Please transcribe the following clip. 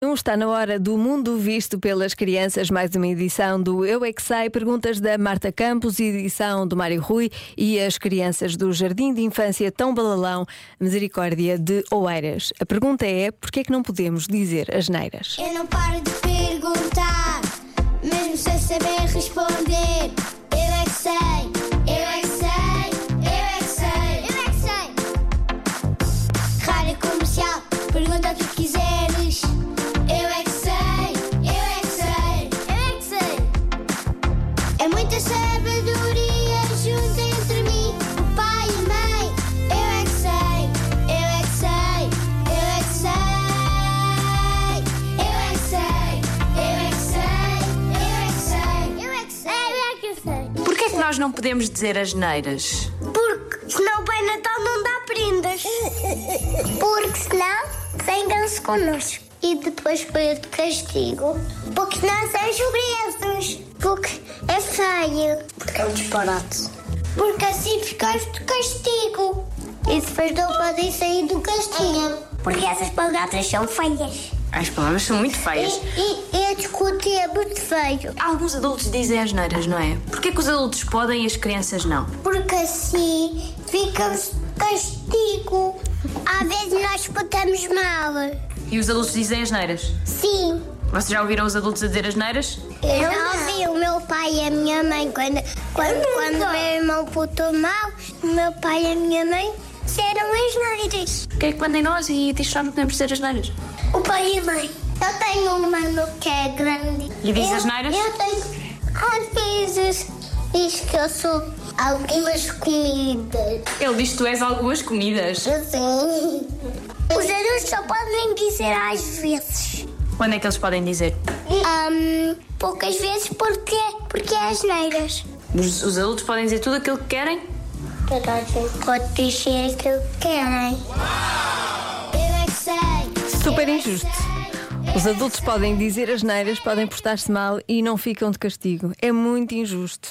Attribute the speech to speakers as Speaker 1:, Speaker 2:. Speaker 1: 21, Então está na hora do mundo visto pelas crianças, mais uma edição do Eu é que Sei, perguntas da Marta Campos, edição do Mário Rui e as crianças do Jardim de Infância Tão Balalão, Misericórdia de Oeiras. A pergunta é: porquê é que não podemos dizer as neiras?
Speaker 2: Eu não paro de perguntar, mesmo sem saber responder. Eu é que sei, eu é que sei, eu é que sei, eu é que sei. Rádio comercial, pergunta o que quiseres. Eu é que sei, eu é que sei, eu é que sei. É muita sabedoria junta entre mim, o pai e a mãe. Eu é que sei, eu é que sei, eu é que sei. Eu é que sei, eu é que sei, eu é que sei, eu é que sei, eu é que sei.
Speaker 3: Porquê é que nós não podemos dizer as neiras?
Speaker 2: Porque senão o Pai Natal não dá prendas. Porque senão zangam-se connosco. E depois foi de castigo. Porque nós somos presos. Porque é feio. Porque é um disparate. Porque assim ficamos de castigo. E depois não podem sair do castigo. Porque essas palavras são feias.
Speaker 3: As palavras são muito feias.
Speaker 2: E, e, e discutir é muito feio.
Speaker 3: Alguns adultos dizem as neiras, não é? Porquê que os adultos podem e as crianças não?
Speaker 2: Porque assim ficamos de castigo. Às vezes nós contamos mal.
Speaker 3: E os adultos dizem as neiras?
Speaker 2: Sim.
Speaker 3: Vocês já ouviram os adultos a dizer as neiras?
Speaker 2: Eu já ouvi o meu pai e a minha mãe quando, quando, quando o meu irmão putou mal, o meu pai e a minha mãe disseram as neiras.
Speaker 3: Porquê é que mandem nós e diz só não podemos dizer as neiras?
Speaker 2: O pai e a mãe. Eu tenho um mano que é grande.
Speaker 3: E diz
Speaker 2: eu,
Speaker 3: as neiras?
Speaker 2: Eu tenho. Às vezes diz que eu sou algumas comidas.
Speaker 3: Ele diz que tu és algumas comidas.
Speaker 2: Sim. Os adultos só podem dizer às vezes.
Speaker 3: Quando é que eles podem dizer?
Speaker 2: Hum, poucas vezes porque, porque é as neiras.
Speaker 3: Os, os adultos podem dizer tudo aquilo que querem?
Speaker 2: Toda a gente pode dizer que querem. Eu é que sei.
Speaker 1: Super injusto. Os adultos podem dizer as neiras, podem portar-se mal e não ficam de castigo. É muito injusto.